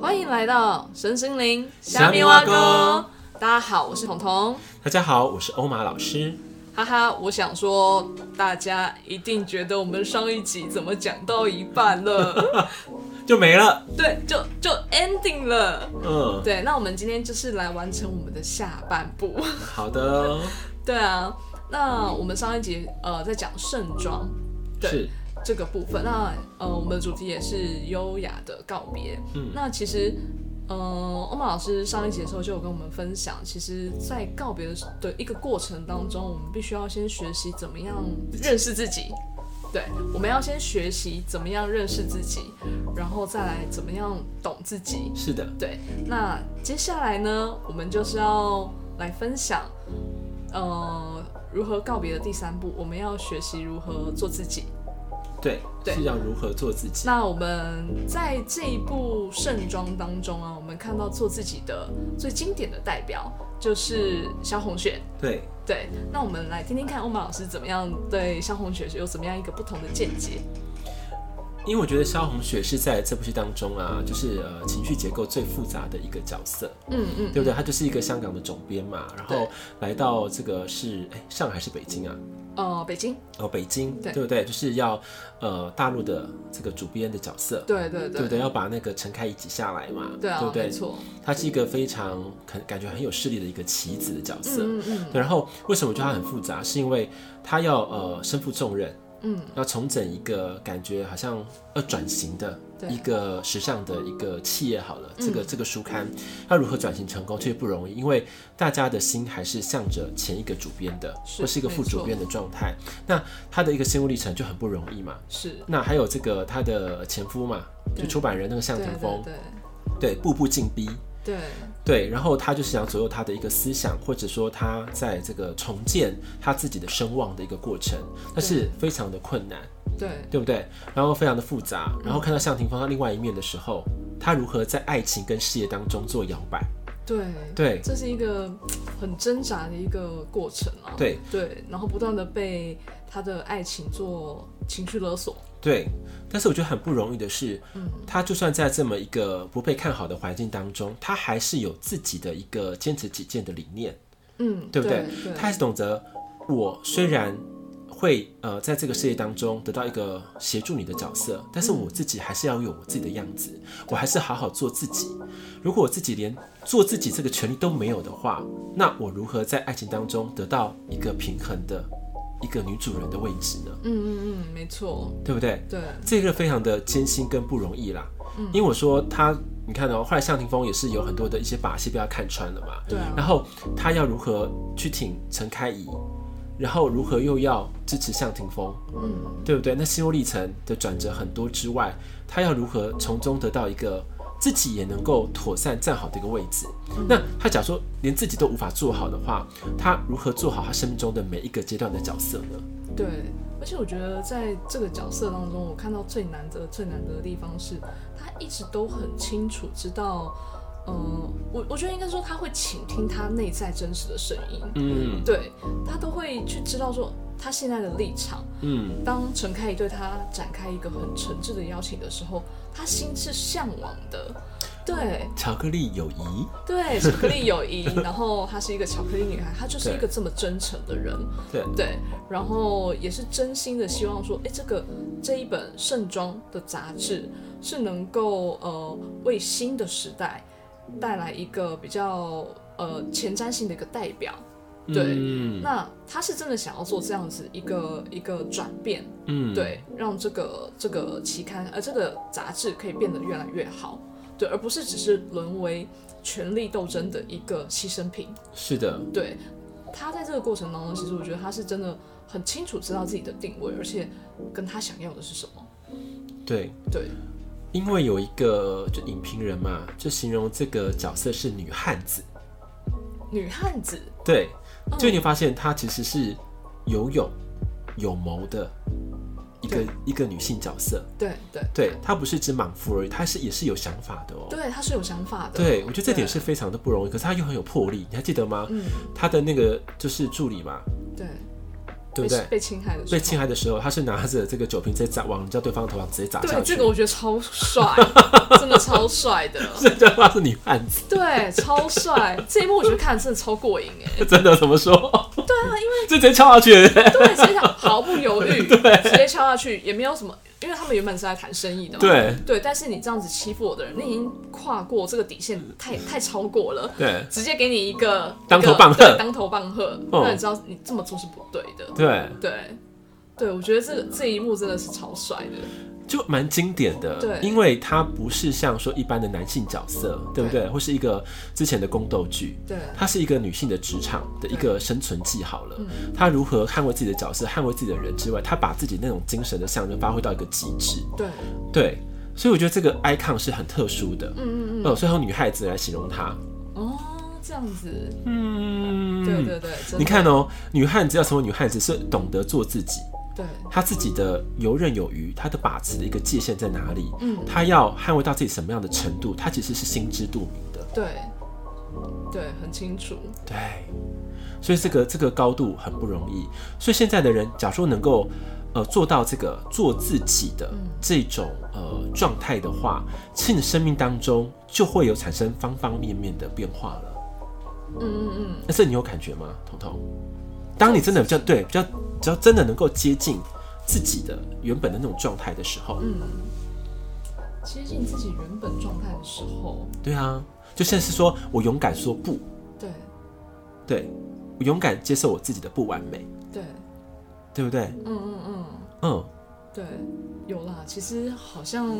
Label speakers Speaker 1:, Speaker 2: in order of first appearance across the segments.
Speaker 1: 欢迎来到神心灵
Speaker 2: 虾米蛙哥
Speaker 1: 大家好，我是彤彤，
Speaker 2: 大家好，我是欧玛老师。
Speaker 1: 哈哈，我想说，大家一定觉得我们上一集怎么讲到一半 了？
Speaker 2: 就没了。
Speaker 1: 对，就就 ending 了。
Speaker 2: 嗯，
Speaker 1: 对，那我们今天就是来完成我们的下半部。
Speaker 2: 好的，
Speaker 1: 对啊，那我们上一集呃在讲盛装对
Speaker 2: 是，
Speaker 1: 这个部分，那呃我们的主题也是优雅的告别。
Speaker 2: 嗯
Speaker 1: 那其实，呃，欧玛老师上一节的时候就有跟我们分享，其实，在告别的的一个过程当中，我们必须要先学习怎么样认识自己。对，我们要先学习怎么样认识自己，然后再来怎么样懂自己。
Speaker 2: 是的，
Speaker 1: 对，那接下来呢，我们就是要来分享，呃，如何告别的第三步，我们要学习如何做自己。
Speaker 2: 对，
Speaker 1: 对
Speaker 2: 是要如何做自己。
Speaker 1: 那我们在这一部盛装当中啊，我们看到做自己的最经典的代表就是萧红雪。
Speaker 2: 对，
Speaker 1: 对，那我们来听听看欧玛老师怎么样对萧红雪有怎么样一个不同的见解。
Speaker 2: 因为我觉得萧红雪是在这部戏当中啊，就是呃情绪结构最复杂的一个角色，
Speaker 1: 嗯嗯，
Speaker 2: 对不对？她就是一个香港的总编嘛，然后来到这个是哎上海还是北京啊？
Speaker 1: 呃，北京，
Speaker 2: 哦，北京，
Speaker 1: 对
Speaker 2: 不对？就是要呃大陆的这个主编的角色，
Speaker 1: 对对
Speaker 2: 对不
Speaker 1: 对，
Speaker 2: 对？要把那个陈开一挤下来嘛，
Speaker 1: 对啊，
Speaker 2: 不对
Speaker 1: 没？错，
Speaker 2: 她是一个非常感感觉很有势力的一个棋子的角色，
Speaker 1: 嗯嗯
Speaker 2: 对，然后为什么我觉得它很复杂？是因为它要呃身负重任，
Speaker 1: 嗯，
Speaker 2: 要重整一个感觉好像要转型的
Speaker 1: 对嗯
Speaker 2: 一个时尚的一个企业好了，这个这个书刊要如何转型成功，其实不容易，因为大家的心还是向着前一个主编的，
Speaker 1: 是
Speaker 2: 或是一个副
Speaker 1: 没错
Speaker 2: 主编的状态。那他的一个心路历程就很不容易嘛。
Speaker 1: 是，
Speaker 2: 那还有这个他的前夫嘛，就
Speaker 1: 对
Speaker 2: 出版人那个向
Speaker 1: 对
Speaker 2: 霆
Speaker 1: 对
Speaker 2: 锋，
Speaker 1: 对
Speaker 2: 对，步步进逼。
Speaker 1: 对，
Speaker 2: 对，然后他就是想左右他的一个思想，或者说他在这个重建他自己的声望的一个过程，但是非常的困难，
Speaker 1: 对
Speaker 2: 对不对？然后非常的复杂。然后看到向霆锋他另外一面的时候，他如何在爱情跟事业当中做摇摆？
Speaker 1: 对
Speaker 2: 对
Speaker 1: 这是一个很挣扎的一个过程啊。
Speaker 2: 对
Speaker 1: 对，然后不断的被他的爱情做情绪勒索。
Speaker 2: 对，但是我觉得很不容易的是，他就算在这么一个不被看好的环境当中，他还是有自己的一个坚持己见的理念。
Speaker 1: 嗯，
Speaker 2: 对不对
Speaker 1: 对？
Speaker 2: 他还是懂得，我虽然会呃在这个世界当中得到一个协助你的角色，但是我自己还是要有我自己的样子，我还是好好做自己。如果我自己连做自己这个权利都没有的话，那我如何在爱情当中得到一个平衡的一个女主人的位置呢？
Speaker 1: 嗯嗯嗯，没错，
Speaker 2: 对不对？
Speaker 1: 对
Speaker 2: 这个非常的艰辛跟不容易啦。因为我说他，你看哦，后来向霆锋也是有很多的一些把戏被他看穿了嘛。
Speaker 1: 对啊，
Speaker 2: 然后他要如何去挺陈开怡，然后如何又要支持向霆锋，
Speaker 1: 嗯，
Speaker 2: 对不对？那心路历程的转折很多之外，他要如何从中得到一个自己也能够妥善站好的一个位置？
Speaker 1: 嗯
Speaker 2: 那他假如说连自己都无法做好的话，他如何做好他生命中的每一个阶段的角色呢？
Speaker 1: 对。而且我觉得在这个角色当中，我看到最难得、最难得的地方是，他一直都很清楚知道，呃，我我觉得应该说他会倾听他内在真实的声音，
Speaker 2: 嗯
Speaker 1: 对他都会去知道说他现在的立场，
Speaker 2: 嗯，
Speaker 1: 当陈开怡对他展开一个很诚挚的邀请的时候，他心是向往的。对
Speaker 2: 巧克力友谊，
Speaker 1: 对，巧克力友谊，然后她是一个巧克力女孩，她就是一个这么真诚的人，
Speaker 2: 对
Speaker 1: 对，然后也是真心的希望说，哎，这个这一本盛装的杂志是能够呃为新的时代带来一个比较呃前瞻性的一个代表，对，
Speaker 2: 嗯
Speaker 1: 那他是真的想要做这样子一个一个转变，
Speaker 2: 嗯，
Speaker 1: 对，让这个这个期刊呃这个杂志可以变得越来越好，对，而不是只是沦为权力斗争的一个牺牲品。
Speaker 2: 是的，
Speaker 1: 对，他在这个过程当中，其实我觉得他是真的很清楚知道自己的定位，而且跟他想要的是什么。
Speaker 2: 对。
Speaker 1: 对，
Speaker 2: 因为有一个就影评人嘛，就形容这个角色是女汉子，
Speaker 1: 女汉子，
Speaker 2: 对，
Speaker 1: 嗯
Speaker 2: 就你发现她其实是有勇有谋的一个一个女性角色，
Speaker 1: 对对
Speaker 2: 对，她不是只莽夫而已，她是也是有想法的哦。
Speaker 1: 对，他是有想法的。
Speaker 2: 对，我觉得这点是非常的不容易，可是她又很有魄力，你还记得吗？
Speaker 1: 嗯，
Speaker 2: 她的那个就是助理嘛，
Speaker 1: 对
Speaker 2: 对不对
Speaker 1: 被？被侵害的时候，
Speaker 2: 被侵害的时候，他是拿着这个酒瓶直接砸往人家对方的头上直接砸下
Speaker 1: 对，
Speaker 2: 去。
Speaker 1: 这个 我觉得超帅，真的超帅的，
Speaker 2: 人家骂是女汉子，
Speaker 1: 对，超帅。这一幕我觉得看得真的超过瘾哎，
Speaker 2: 真的怎么说？
Speaker 1: 对啊，因 为
Speaker 2: 就直接敲下去了，
Speaker 1: 对，直接想毫不犹 豫，直接敲下去，也没有什么，因为他们原本是来谈生意的嘛，
Speaker 2: 对
Speaker 1: 对，但是你这样子欺负我的人，你已经跨过这个底线，太太超过了。
Speaker 2: 对
Speaker 1: 直接给你一个
Speaker 2: 嗯当头棒喝
Speaker 1: 一个对当头棒喝，
Speaker 2: 嗯
Speaker 1: 那你知道你这么做是不对的。
Speaker 2: 对，
Speaker 1: 对，对，我觉得这个这一幕真的是超帅的，
Speaker 2: 就蛮经典的。
Speaker 1: 对
Speaker 2: 因为它不是像说一般的男性角色，对不对？或是一个之前的宫斗剧，
Speaker 1: 对
Speaker 2: 它是一个女性的职场的一个生存记好了。
Speaker 1: 嗯
Speaker 2: 她如何捍卫自己的角色，捍卫自己的人之外，她把自己那种精神的象征发挥到一个极致。
Speaker 1: 对，
Speaker 2: 对，所以我觉得这个 icon 是很特殊的。
Speaker 1: 嗯嗯嗯，
Speaker 2: 嗯，所以用女汉子来形容她。
Speaker 1: 哦，这样子，
Speaker 2: 嗯，
Speaker 1: 对对对，真的
Speaker 2: 你看哦、女汉子要成为女汉子，是懂得做自己，
Speaker 1: 对
Speaker 2: 她自己的游刃有余，她的把持的一个界限在哪里？
Speaker 1: 嗯
Speaker 2: 她要捍卫到自己什么样的程度，她其实是心知肚明的。
Speaker 1: 对对，很清楚，
Speaker 2: 对，所以这个这个高度很不容易。所以现在的人，假如说能够呃做到这个做自己的这种呃状态的话，其实你生命当中就会有产生方方面面的变化了。
Speaker 1: 嗯嗯嗯，
Speaker 2: 但是你有感觉吗，彤彤？当你真的比较对比较只要真的能够接近自己的原本的那种状态的时候，
Speaker 1: 嗯接近自己原本状态的时候，
Speaker 2: 对啊，就像是说我勇敢说不，
Speaker 1: 对
Speaker 2: 对我勇敢接受我自己的不完美，
Speaker 1: 对，
Speaker 2: 对不对？
Speaker 1: 嗯嗯嗯，
Speaker 2: 嗯，
Speaker 1: 对，有啦，其实好像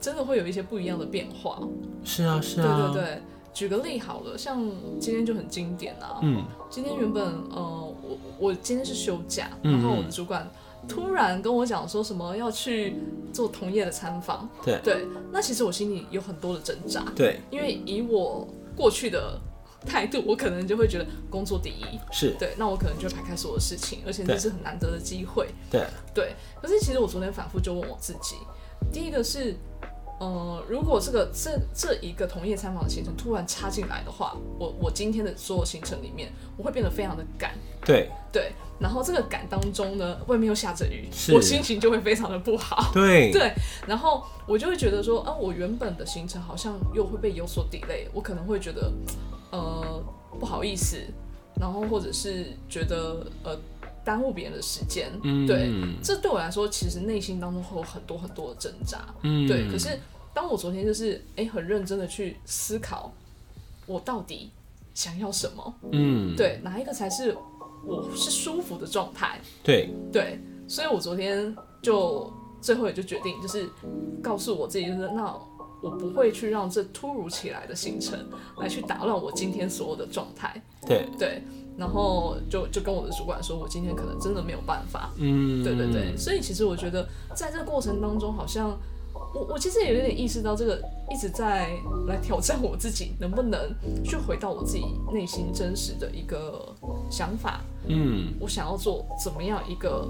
Speaker 1: 真的会有一些不一样的变化，
Speaker 2: 是啊，是
Speaker 1: 对
Speaker 2: 啊，
Speaker 1: 对对。举个例好了，像今天就很经典啊，
Speaker 2: 嗯，
Speaker 1: 今天原本呃，我我今天是休假，
Speaker 2: 嗯
Speaker 1: 然后我的主管突然跟我讲说什么要去做同业的参访，
Speaker 2: 对
Speaker 1: 对，那其实我心里有很多的挣扎，
Speaker 2: 嗯对，
Speaker 1: 因为以我过去的态度，我可能就会觉得工作第一，
Speaker 2: 是，
Speaker 1: 对，那我可能就会排开所有事情，而且
Speaker 2: 对
Speaker 1: 这是很难得的机会，
Speaker 2: 对，
Speaker 1: 对。可是其实我昨天反复就问我自己，第一个是。呃，如果这个这这一个同业参访的行程突然插进来的话，我我今天的所有行程里面，我会变得非常的赶，
Speaker 2: 对
Speaker 1: 对，然后这个赶当中呢，外面又下着雨
Speaker 2: 是，
Speaker 1: 我心情就会非常的不好。
Speaker 2: 对
Speaker 1: 对，然后我就会觉得说，啊，我原本的行程好像又会被有所 delay，我可能会觉得，呃，不好意思，然后或者是觉得呃耽误别人的时间，
Speaker 2: 嗯，
Speaker 1: 对，这对我来说其实内心当中会有很多很多的挣扎，
Speaker 2: 嗯，
Speaker 1: 对，可是当我昨天就是哎、诶很认真的去思考，我到底想要什么，
Speaker 2: 嗯，
Speaker 1: 对，哪一个才是我是舒服的状态？
Speaker 2: 对
Speaker 1: 对，所以我昨天就最后也就决定，就是告诉我自己，就是那我不会去让这突如其来的行程来去打乱我今天所有的状态。
Speaker 2: 对，
Speaker 1: 对，然后就就跟我的主管说，我今天可能真的没有办法。
Speaker 2: 嗯，
Speaker 1: 对对对，，所以其实我觉得在这个过程当中，好像我我其实也有点意识到这个一直在来挑战我自己，能不能去回到我自己内心真实的一个想法，
Speaker 2: 嗯
Speaker 1: 我想要做怎么样一个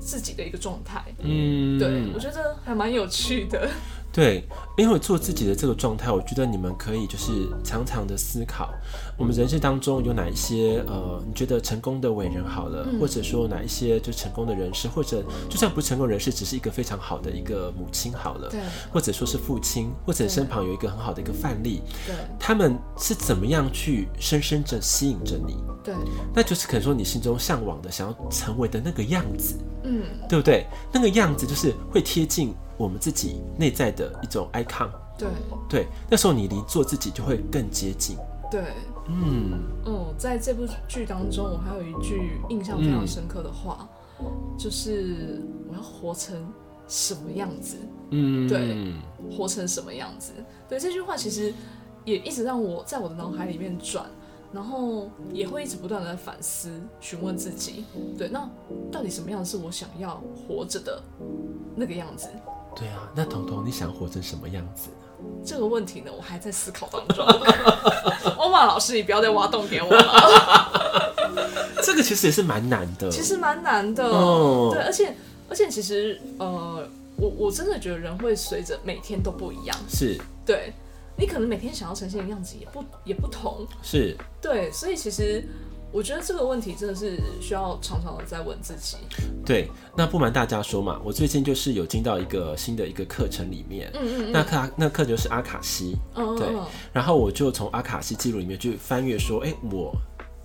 Speaker 1: 自己的一个状态。
Speaker 2: 嗯，
Speaker 1: 对，我觉得还蛮有趣的。
Speaker 2: 对，因为做自己的这个状态，我觉得你们可以就是常常的思考，我们人生当中有哪一些呃，你觉得成功的伟人好了，
Speaker 1: 嗯
Speaker 2: 或者说哪一些就成功的人士，或者就算不成功人士，只是一个非常好的一个母亲好了，
Speaker 1: 对
Speaker 2: 或者说是父亲，或者身旁有一个很好的一个范例，
Speaker 1: 对
Speaker 2: 他们是怎么样去深深着吸引着你？
Speaker 1: 对，
Speaker 2: 那就是可能说你心中向往的、想要成为的那个样子，
Speaker 1: 嗯，
Speaker 2: 对不对？那个样子就是会贴近我们自己内在的一种 icon。
Speaker 1: 对
Speaker 2: 对，那时候你离做自己就会更接近。
Speaker 1: 对，
Speaker 2: 嗯，
Speaker 1: 嗯，在这部剧当中，我还有一句印象非常深刻的话，就是我要活成什么样子。
Speaker 2: 嗯，
Speaker 1: 对，活成什么样子。对这句话，其实也一直让我在我的脑海里面转，然后也会一直不断的反思、询问自己，对，那到底什么样是我想要活着的那个样子？
Speaker 2: 对啊。那彤彤，你想活成什么样 子呢？
Speaker 1: 这个问题呢，我还在思考当中。 欧玛老师，你不要再挖洞给我了，
Speaker 2: 这个其实也是蛮难的。
Speaker 1: 其实蛮难的。
Speaker 2: 哦
Speaker 1: 对，而且而且其实呃，我我真的觉得人会随着每天都不一样，
Speaker 2: 是
Speaker 1: 对你可能每天想要呈现的样子也不也不同，
Speaker 2: 是，
Speaker 1: 对，所以其实我觉得这个问题真的是需要常常的在问自己。
Speaker 2: 对，那不瞒大家说嘛，我最近就是有进到一个新的一个课程里面，
Speaker 1: 嗯嗯
Speaker 2: 那课那课就是阿卡西，
Speaker 1: 嗯
Speaker 2: 对
Speaker 1: 嗯
Speaker 2: 然后我就从阿卡西记录里面去翻阅，说，哎，我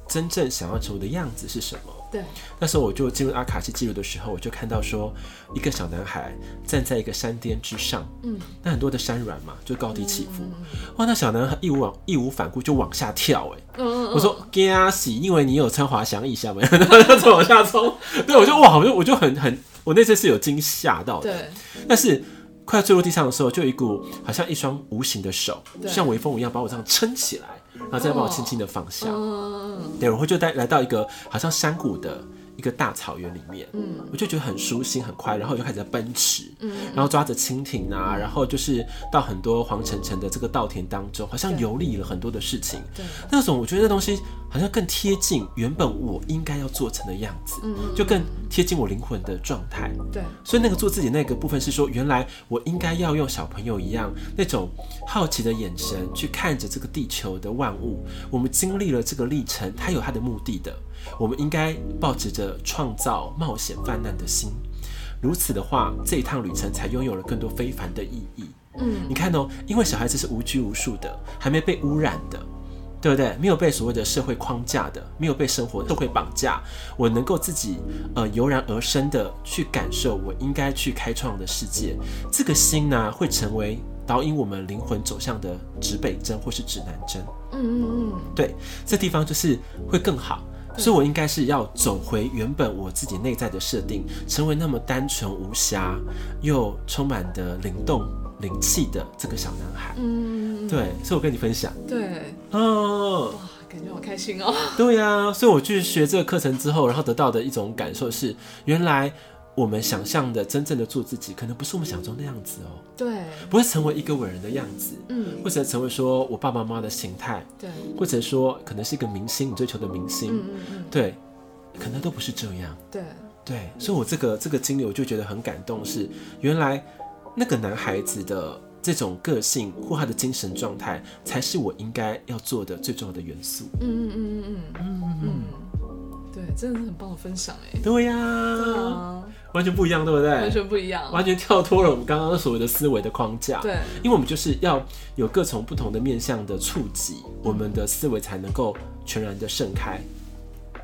Speaker 2: 真正想要成为的样子是什么？
Speaker 1: 嗯，对，
Speaker 2: 那时候我就进入阿卡西记录的时候，我就看到说，一个小男孩站在一个山巅之上，
Speaker 1: 嗯，
Speaker 2: 那很多的山峦嘛，就高低起伏，
Speaker 1: 嗯
Speaker 2: 哇，那小男孩义无往义无反顾就往下跳、哎。
Speaker 1: 嗯嗯嗯，
Speaker 2: 我说 g a s 因为你有穿滑翔翼，下面 然后就往下冲。对，我就哇，我就我就很很，我那次是有惊吓到的。
Speaker 1: 对，
Speaker 2: 但是快坠落地上的时候，就有一股好像一双无形的手，
Speaker 1: 对
Speaker 2: 就像微风一样把我这样撑起来，然后再把我轻轻的放下。
Speaker 1: 嗯
Speaker 2: 对，然后就带来到一个好像山谷的一个大草原里面，
Speaker 1: 嗯
Speaker 2: 我就觉得很舒心很快，然后我就开始在奔驰。
Speaker 1: 嗯，
Speaker 2: 然后抓着蜻蜓啊，然后就是到很多黄澄澄的这个稻田当中，好像
Speaker 1: 对
Speaker 2: 游历了很多的事情。
Speaker 1: 对，
Speaker 2: 那种我觉得那东西好像更贴近原本我应该要做成的样子，
Speaker 1: 嗯
Speaker 2: 就更贴近我灵魂的状态。
Speaker 1: 对，
Speaker 2: 所以那个做自己那个部分是说，原来我应该要用小朋友一样那种好奇的眼神去看着这个地球的万物。我们经历了这个历程，它有它的目的的。我们应该保持着创造、冒险、泛滥的心。如此的话，这一趟旅程才拥有了更多非凡的意义。
Speaker 1: 嗯
Speaker 2: 你看哦，因为小孩子是无拘无束的，还没被污染的，对不对？没有被所谓的社会框架的，没有被生活社会绑架，我能够自己呃油然而生的去感受我应该去开创的世界。这个心呢、会成为导引我们灵魂走向的指北针或是指南针。
Speaker 1: 嗯嗯嗯，
Speaker 2: 对，这地方就是会更好。所以我应该是要走回原本我自己内在的设定，成为那么单纯无瑕又充满的灵动灵气的这个小男孩。
Speaker 1: 嗯
Speaker 2: 对，所以我跟你分享。
Speaker 1: 对，
Speaker 2: 哦，
Speaker 1: 哇，感觉好开心哦。
Speaker 2: 对呀、所以我去学这个课程之后，然后得到的一种感受是，原来我们想象的真正的做自己，可能不是我们想中那样子哦，
Speaker 1: 对，
Speaker 2: 不会成为一个伟人的样子，
Speaker 1: 嗯
Speaker 2: 或者成为说我爸爸妈妈的形态，
Speaker 1: 对，
Speaker 2: 或者说可能是一个明星，你追求的明星。
Speaker 1: 嗯嗯嗯
Speaker 2: 对，可能都不是这样。
Speaker 1: 对，
Speaker 2: 对，所以我这个这个经历，我就觉得很感动是，原来那个男孩子的这种个性或他的精神状态，才是我应该要做的最重要的元素。
Speaker 1: 嗯嗯嗯嗯嗯嗯，对，真的是很棒的分享哎。
Speaker 2: 对呀、
Speaker 1: 对啊，
Speaker 2: 完全不一样，对不
Speaker 1: 完
Speaker 2: 对？
Speaker 1: 全不一样。
Speaker 2: 嗯完全跳脱了我们刚刚所谓的思维的框架。
Speaker 1: 对，
Speaker 2: 因为我们就是要有各种不同的面向的触及，我们的思维才能够全然的盛开。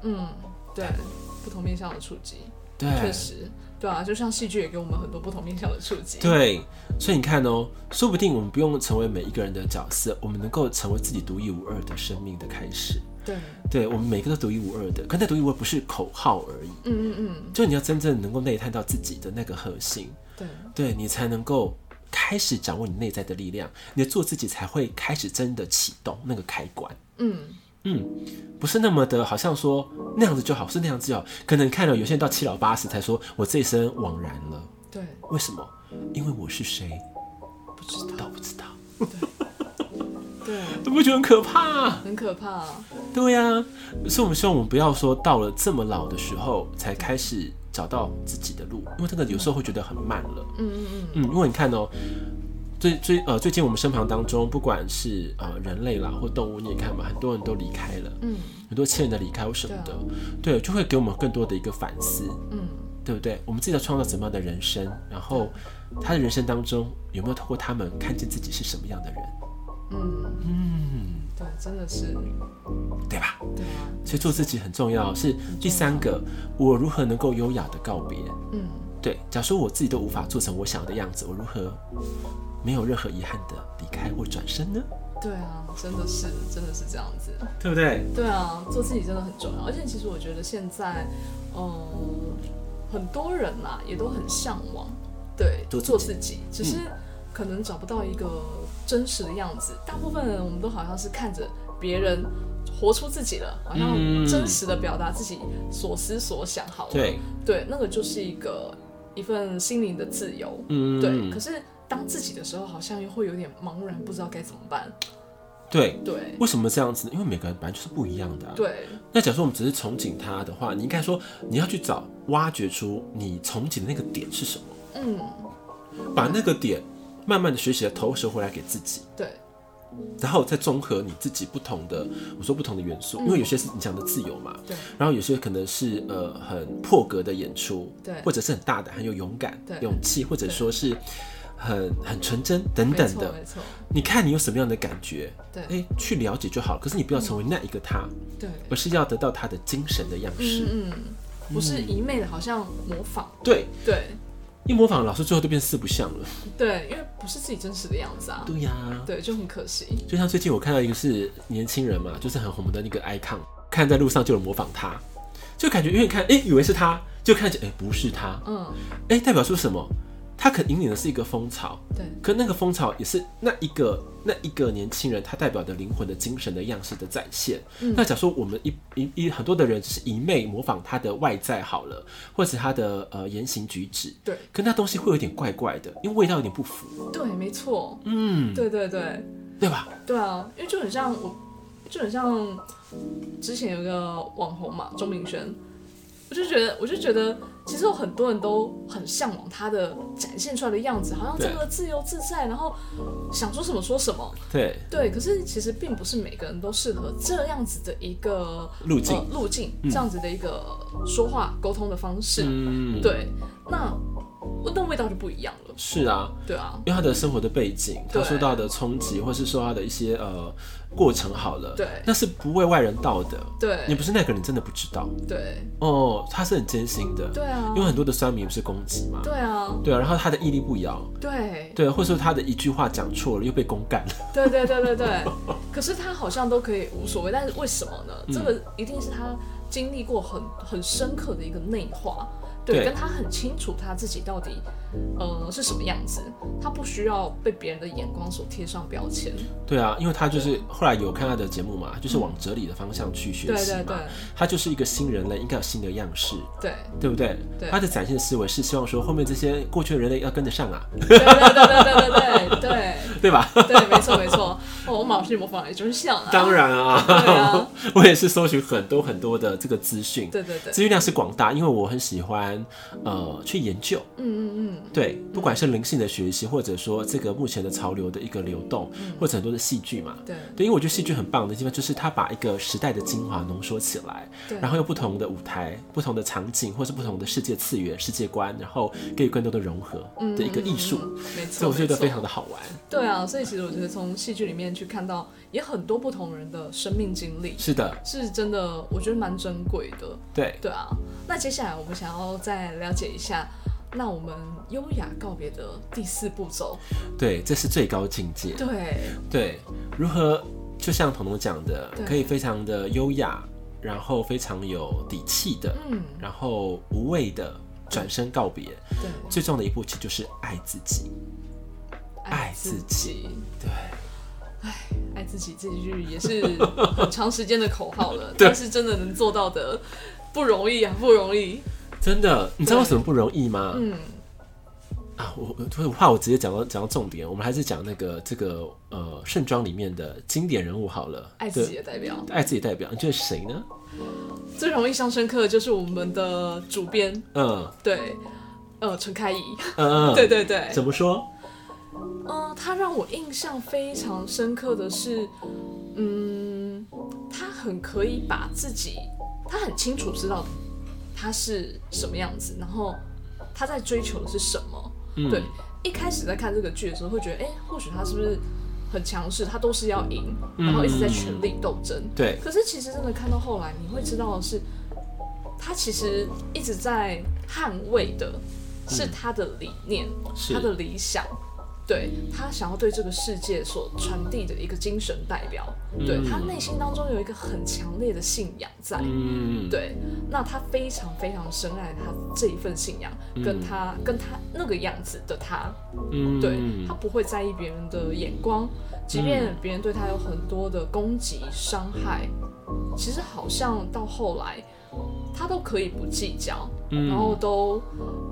Speaker 1: 嗯，对，不同面向的触及，
Speaker 2: 对，
Speaker 1: 确实，对啊，就像戏剧也给我们很多不同面向的触及。
Speaker 2: 对，所以你看哦，说不定我们不用成为每一个人的角色，我们能够成为自己独一无二的生命的开始。
Speaker 1: 对，
Speaker 2: 对我们每个都独一无二的，可那独一无二不是口号而已，
Speaker 1: 嗯嗯嗯，
Speaker 2: 就你要真正能够内探到自己的那个核心，
Speaker 1: 对，
Speaker 2: 对你才能够开始掌握你内在的力量，你的做自己才会开始真的启动那个开关。
Speaker 1: 嗯，
Speaker 2: 嗯，不是那么的，好像说那样子就好，是那样子就好。可能看了有些人到七老八十才说，我这一生枉然了。
Speaker 1: 对，
Speaker 2: 为什么？因为我是谁，
Speaker 1: 不知道，
Speaker 2: 都不知道。
Speaker 1: 对，
Speaker 2: 你不觉得很可怕、啊？
Speaker 1: 很可怕。
Speaker 2: 对呀、所以我们希望我们不要说到了这么老的时候才开始找到自己的路，因为这个有时候会觉得很慢了。
Speaker 1: 嗯嗯
Speaker 2: 嗯，因为你看哦、最最呃最近我们身旁当中，不管是呃人类啦或动物，你也看嘛，很多人都离开了，
Speaker 1: 嗯
Speaker 2: 很多亲人的离开或什么的，对，就会给我们更多的一个反思，
Speaker 1: 嗯嗯，
Speaker 2: 对不对？我们自己要创造怎么样的人生，然后他的人生当中有没有透过他们看见自己是什么样的人，
Speaker 1: 嗯，
Speaker 2: 嗯，
Speaker 1: 对，真的是，
Speaker 2: 对吧？
Speaker 1: 对啊，
Speaker 2: 所以做自己很重要。是第三个，我如何能够优雅的告别？
Speaker 1: 嗯，
Speaker 2: 对，假如说我自己都无法做成我想要的样子，我如何没有任何遗憾的离开或转身呢？
Speaker 1: 对啊，真的是，真的是这样子。
Speaker 2: 对不对？
Speaker 1: 对啊，做自己真的很重要。而且其实我觉得现在，嗯，很多人啦、也都很向往，对，
Speaker 2: 做自己嗯
Speaker 1: 做自己，只是可能找不到一个真实的样子。大部分人我们都好像是看着别人活出自己了，好像
Speaker 2: 嗯
Speaker 1: 真实的表达自己所思所想好了。
Speaker 2: 对，
Speaker 1: 对，那个就是一个一份心灵的自由。
Speaker 2: 嗯，
Speaker 1: 对，可是当自己的时候，好像又会有点茫然，不知道该怎么办。
Speaker 2: 对。
Speaker 1: 对，
Speaker 2: 为什么这样子呢？因为每个人本来就是不一样的、啊。。
Speaker 1: 对，
Speaker 2: 那假如说我们只是憧憬他的话，你应该说你要去找挖掘出你憧憬的那个点是什么，
Speaker 1: 嗯，
Speaker 2: 把那个点慢慢的学习的投射回来给自己。
Speaker 1: 对，
Speaker 2: 然后再综合你自己不同的，我说不同的元
Speaker 1: 嗯
Speaker 2: 素，因为有些是你讲的自由嘛，
Speaker 1: 对
Speaker 2: 然后有些可能是呃很破格的演出，
Speaker 1: 对
Speaker 2: 或者是很大胆、很有勇敢、
Speaker 1: 对
Speaker 2: 勇气，或者说是很很纯真等
Speaker 1: 没
Speaker 2: 等
Speaker 1: 错
Speaker 2: 的。
Speaker 1: 没错，
Speaker 2: 你看你有什么样的感觉，
Speaker 1: 对
Speaker 2: 哎，去了解就好了。可是你不要成为那一个他，
Speaker 1: 对，
Speaker 2: 而是要得到他的精神的样式。
Speaker 1: 嗯嗯，不是一昧的好像模仿，
Speaker 2: 对，
Speaker 1: 对
Speaker 2: 一模仿老师最后都变四不像了。
Speaker 1: 对，因为不是自己真实的样子啊，
Speaker 2: 对呀、
Speaker 1: 对，就很可惜，
Speaker 2: 就像最近我看到一个是年轻人嘛，就是很红的那个 icon，看在路上就有人模仿他，就感觉因为看哎、诶以为是他，就看见哎、诶不是他，
Speaker 1: 嗯，
Speaker 2: 哎、代表说什么？他可引领的是一个风潮，
Speaker 1: 对
Speaker 2: 可那个风潮也是那一个那一个年轻人他代表的灵魂的精神的样式的展现。
Speaker 1: 嗯
Speaker 2: 那假如说我们一一一很多的人就是一昧模仿他的外在好了，或者他的呃言行举止，
Speaker 1: 对
Speaker 2: 跟那东西会有点怪怪的，因为味道有点不符，
Speaker 1: 对，没错，
Speaker 2: 嗯，
Speaker 1: 对对对
Speaker 2: 对吧？
Speaker 1: 对啊，因为就很像我，就很像之前有一个网红嘛，钟明轩。我就觉得，我就觉得，其实有很多人都很向往他的展现出来的样子，好像这
Speaker 2: 对
Speaker 1: 么自由自在，然后想说什么说什么，
Speaker 2: 对，
Speaker 1: 对，可是其实并不是每个人都适合这样子的一个
Speaker 2: 路径
Speaker 1: 呃、路径这样子的一个说话沟通的方式。
Speaker 2: 嗯，
Speaker 1: 对，那那味道就不一样了。
Speaker 2: 是啊，
Speaker 1: 对啊，
Speaker 2: 因为他的生活的背景，他
Speaker 1: 对
Speaker 2: 受到的冲击，或是受到的一些呃过程，好了，
Speaker 1: 对
Speaker 2: 那是不为外人道的。你
Speaker 1: 对
Speaker 2: 不是那个人，真的不知道
Speaker 1: 对
Speaker 2: 哦。他是很艰辛的，
Speaker 1: 对啊
Speaker 2: 因为，很多的酸民不是攻击嘛，
Speaker 1: 对啊，
Speaker 2: 对啊，然后他的屹立不摇，
Speaker 1: 对
Speaker 2: 对，啊或者说他的一句话讲错了又被公干了，
Speaker 1: 对对对对对。可是他好像都可以无所谓，但是为什么呢？
Speaker 2: 嗯
Speaker 1: 这个一定是他经历过很很深刻的一个内化。对，
Speaker 2: 对
Speaker 1: 跟他很清楚他自己到底，呃，是什么样子，他不需要被别人的眼光所贴上标签。
Speaker 2: 对啊，因为他就是后来有看他的节目嘛，就是往哲理的方向去学
Speaker 1: 对
Speaker 2: 习
Speaker 1: 嗯对
Speaker 2: 嘛
Speaker 1: 对，
Speaker 2: 他就是一个新人类，应该有新的样式，
Speaker 1: 对，
Speaker 2: 对不对？
Speaker 1: 对
Speaker 2: 他的展现思维是希望说后面这些过去的人类要跟得上啊，
Speaker 1: 对对对对对对对
Speaker 2: 对吧？
Speaker 1: 对对，没错没错。哦，我马上去模仿也就是像啊，
Speaker 2: 当然
Speaker 1: 对
Speaker 2: 啊，
Speaker 1: 啊，
Speaker 2: 我也是搜寻很多很多的这个资讯，
Speaker 1: 对对啊对，
Speaker 2: 资讯量是广大，因为我很喜欢呃去研究，
Speaker 1: 嗯嗯嗯，
Speaker 2: 对，不管是灵性的学习，或者说这个目前的潮流的一个流动，
Speaker 1: 嗯
Speaker 2: 或者很多的戏剧嘛。
Speaker 1: 对
Speaker 2: 对，因为我觉得戏剧很棒的地方就是它把一个时代的精华浓缩起来，
Speaker 1: 对，
Speaker 2: 然后用不同的舞台、不同的场景，或是不同的世界次元、世界观，然后给予更多的融合的一个艺术，
Speaker 1: 嗯嗯嗯嗯没
Speaker 2: 所以
Speaker 1: 错，
Speaker 2: 我觉得
Speaker 1: 没错
Speaker 2: 非常的好玩。
Speaker 1: 对啊。所以其实我觉得从戏剧里面去看到也很多不同人的生命经历，
Speaker 2: 是的，
Speaker 1: 是真的，我觉得蛮珍贵的。
Speaker 2: 对，
Speaker 1: 对啊，那接下来我们想要再了解一下。那我们优雅告别的第四步骤，
Speaker 2: 对，这是最高境界。
Speaker 1: 对
Speaker 2: 对，如何就像彤彤讲的
Speaker 1: 对，
Speaker 2: 可以非常的优雅，然后非常有底气的，
Speaker 1: 嗯
Speaker 2: 然后无畏的转身告别。
Speaker 1: 对，
Speaker 2: 最重要的一步其实就是爱自己。爱自己，对，
Speaker 1: 爱自己这句也是很长时间的口号了，
Speaker 2: 对
Speaker 1: 但是真的能做到的不容易啊，不容易。
Speaker 2: 真的，你知道为什么不容易吗？
Speaker 1: 嗯，
Speaker 2: 啊，我我我怕我直接讲到讲到重点，我们还是讲那个这个呃盛装里面的经典人物好了。
Speaker 1: 爱自己
Speaker 2: 对，
Speaker 1: 的代表
Speaker 2: 爱自己代表，你觉得谁呢？
Speaker 1: 最容易上深刻的就是我们的主编，
Speaker 2: 嗯
Speaker 1: 对，呃，陈开怡，
Speaker 2: 嗯 嗯，
Speaker 1: 对，对对，
Speaker 2: 怎么说？
Speaker 1: 嗯，他让我印象非常深刻的是，嗯，他很可以把自己，他很清楚知道他是什么样子，然后他在追求的是什么。
Speaker 2: 嗯
Speaker 1: 对，一开始在看这个剧的时候，会觉得，哎、或许他是不是很强势，他都是要赢，然后一直在权力斗争。
Speaker 2: 对，
Speaker 1: 可是其实真的看到后来，你会知道的是，他其实一直在捍卫的是他的理念，
Speaker 2: 是
Speaker 1: 他的理想，对他想要对这个世界所传递的一个精神代表，对
Speaker 2: 嗯
Speaker 1: 他内心当中有一个很强烈的信仰在。
Speaker 2: 嗯，
Speaker 1: 对，那他非常非常深爱他这一份信仰，跟他跟他那个样子的他，
Speaker 2: 嗯，
Speaker 1: 对他不会在意别人的眼光，即
Speaker 2: 嗯
Speaker 1: 便别人对他有很多的攻击、伤害，其实好像到后来他都可以不计较，
Speaker 2: 嗯
Speaker 1: 然后都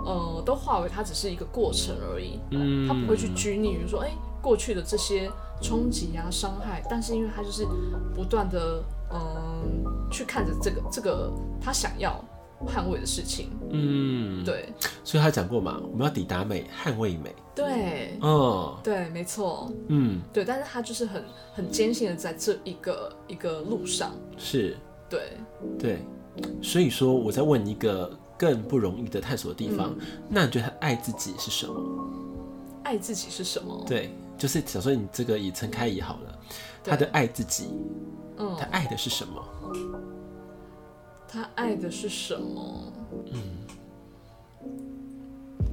Speaker 1: 呃都化为他只是一个过程而已，
Speaker 2: 嗯
Speaker 1: 他不会去拘泥于说，哎、过去的这些冲击啊、伤害，但是因为他呃就是不断的嗯、去看着这个这个他想要捍卫的事情。
Speaker 2: 嗯，
Speaker 1: 对，
Speaker 2: 所以他讲过嘛，我们要抵达美，捍卫美。
Speaker 1: 对，
Speaker 2: 哦，
Speaker 1: 对，没错，
Speaker 2: 嗯，
Speaker 1: 对，但是他就是很很坚信的在这一个一个路上，
Speaker 2: 是
Speaker 1: 对，
Speaker 2: 对。所以说，我在问你一个更不容易的探索的地方，
Speaker 1: 嗯
Speaker 2: 那你觉得爱自己是什么？
Speaker 1: 爱自己是什么？
Speaker 2: 对，就是假设你这个以陈开怡好了，他的
Speaker 1: 对
Speaker 2: 爱自己，
Speaker 1: 嗯
Speaker 2: 他，爱的是什么？
Speaker 1: 他爱的是什么？嗯，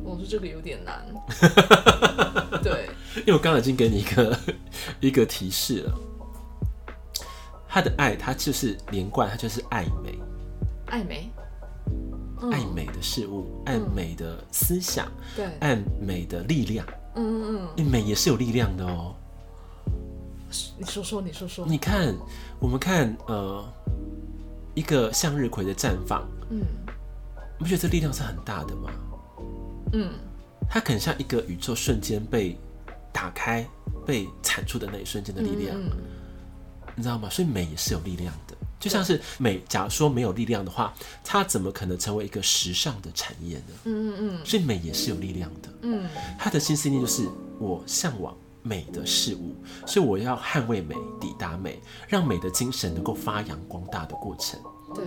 Speaker 1: 我说这个有点 难，对，
Speaker 2: 因为我刚刚已经给你一个 一个提示了，他的爱，他就是连贯，他就是爱美，
Speaker 1: 爱美，嗯
Speaker 2: 爱，美的事物，爱美的思想，
Speaker 1: 对，
Speaker 2: 爱美的力量，
Speaker 1: 嗯嗯嗯，
Speaker 2: 美也是有力量的哦。
Speaker 1: 你说说，你说说，
Speaker 2: 你看，我们看，呃，一个向日葵的绽放，
Speaker 1: 嗯
Speaker 2: 你不觉得这力量是很大的吗？
Speaker 1: 嗯，
Speaker 2: 它可能像一个宇宙瞬间被打开、被产出的那一瞬间的力量，
Speaker 1: 嗯嗯
Speaker 2: 你知道吗？所以美也是有力量的。就像是美，假如说没有力量的话，它怎么可能成为一个时尚的产业呢？
Speaker 1: 嗯嗯
Speaker 2: 所以美也是有力量的。
Speaker 1: 嗯
Speaker 2: 他的心思念就是我向往美的事物，所以我要捍卫美，抵达美，让美的精神能够发扬光大的过程。
Speaker 1: 嗯，对，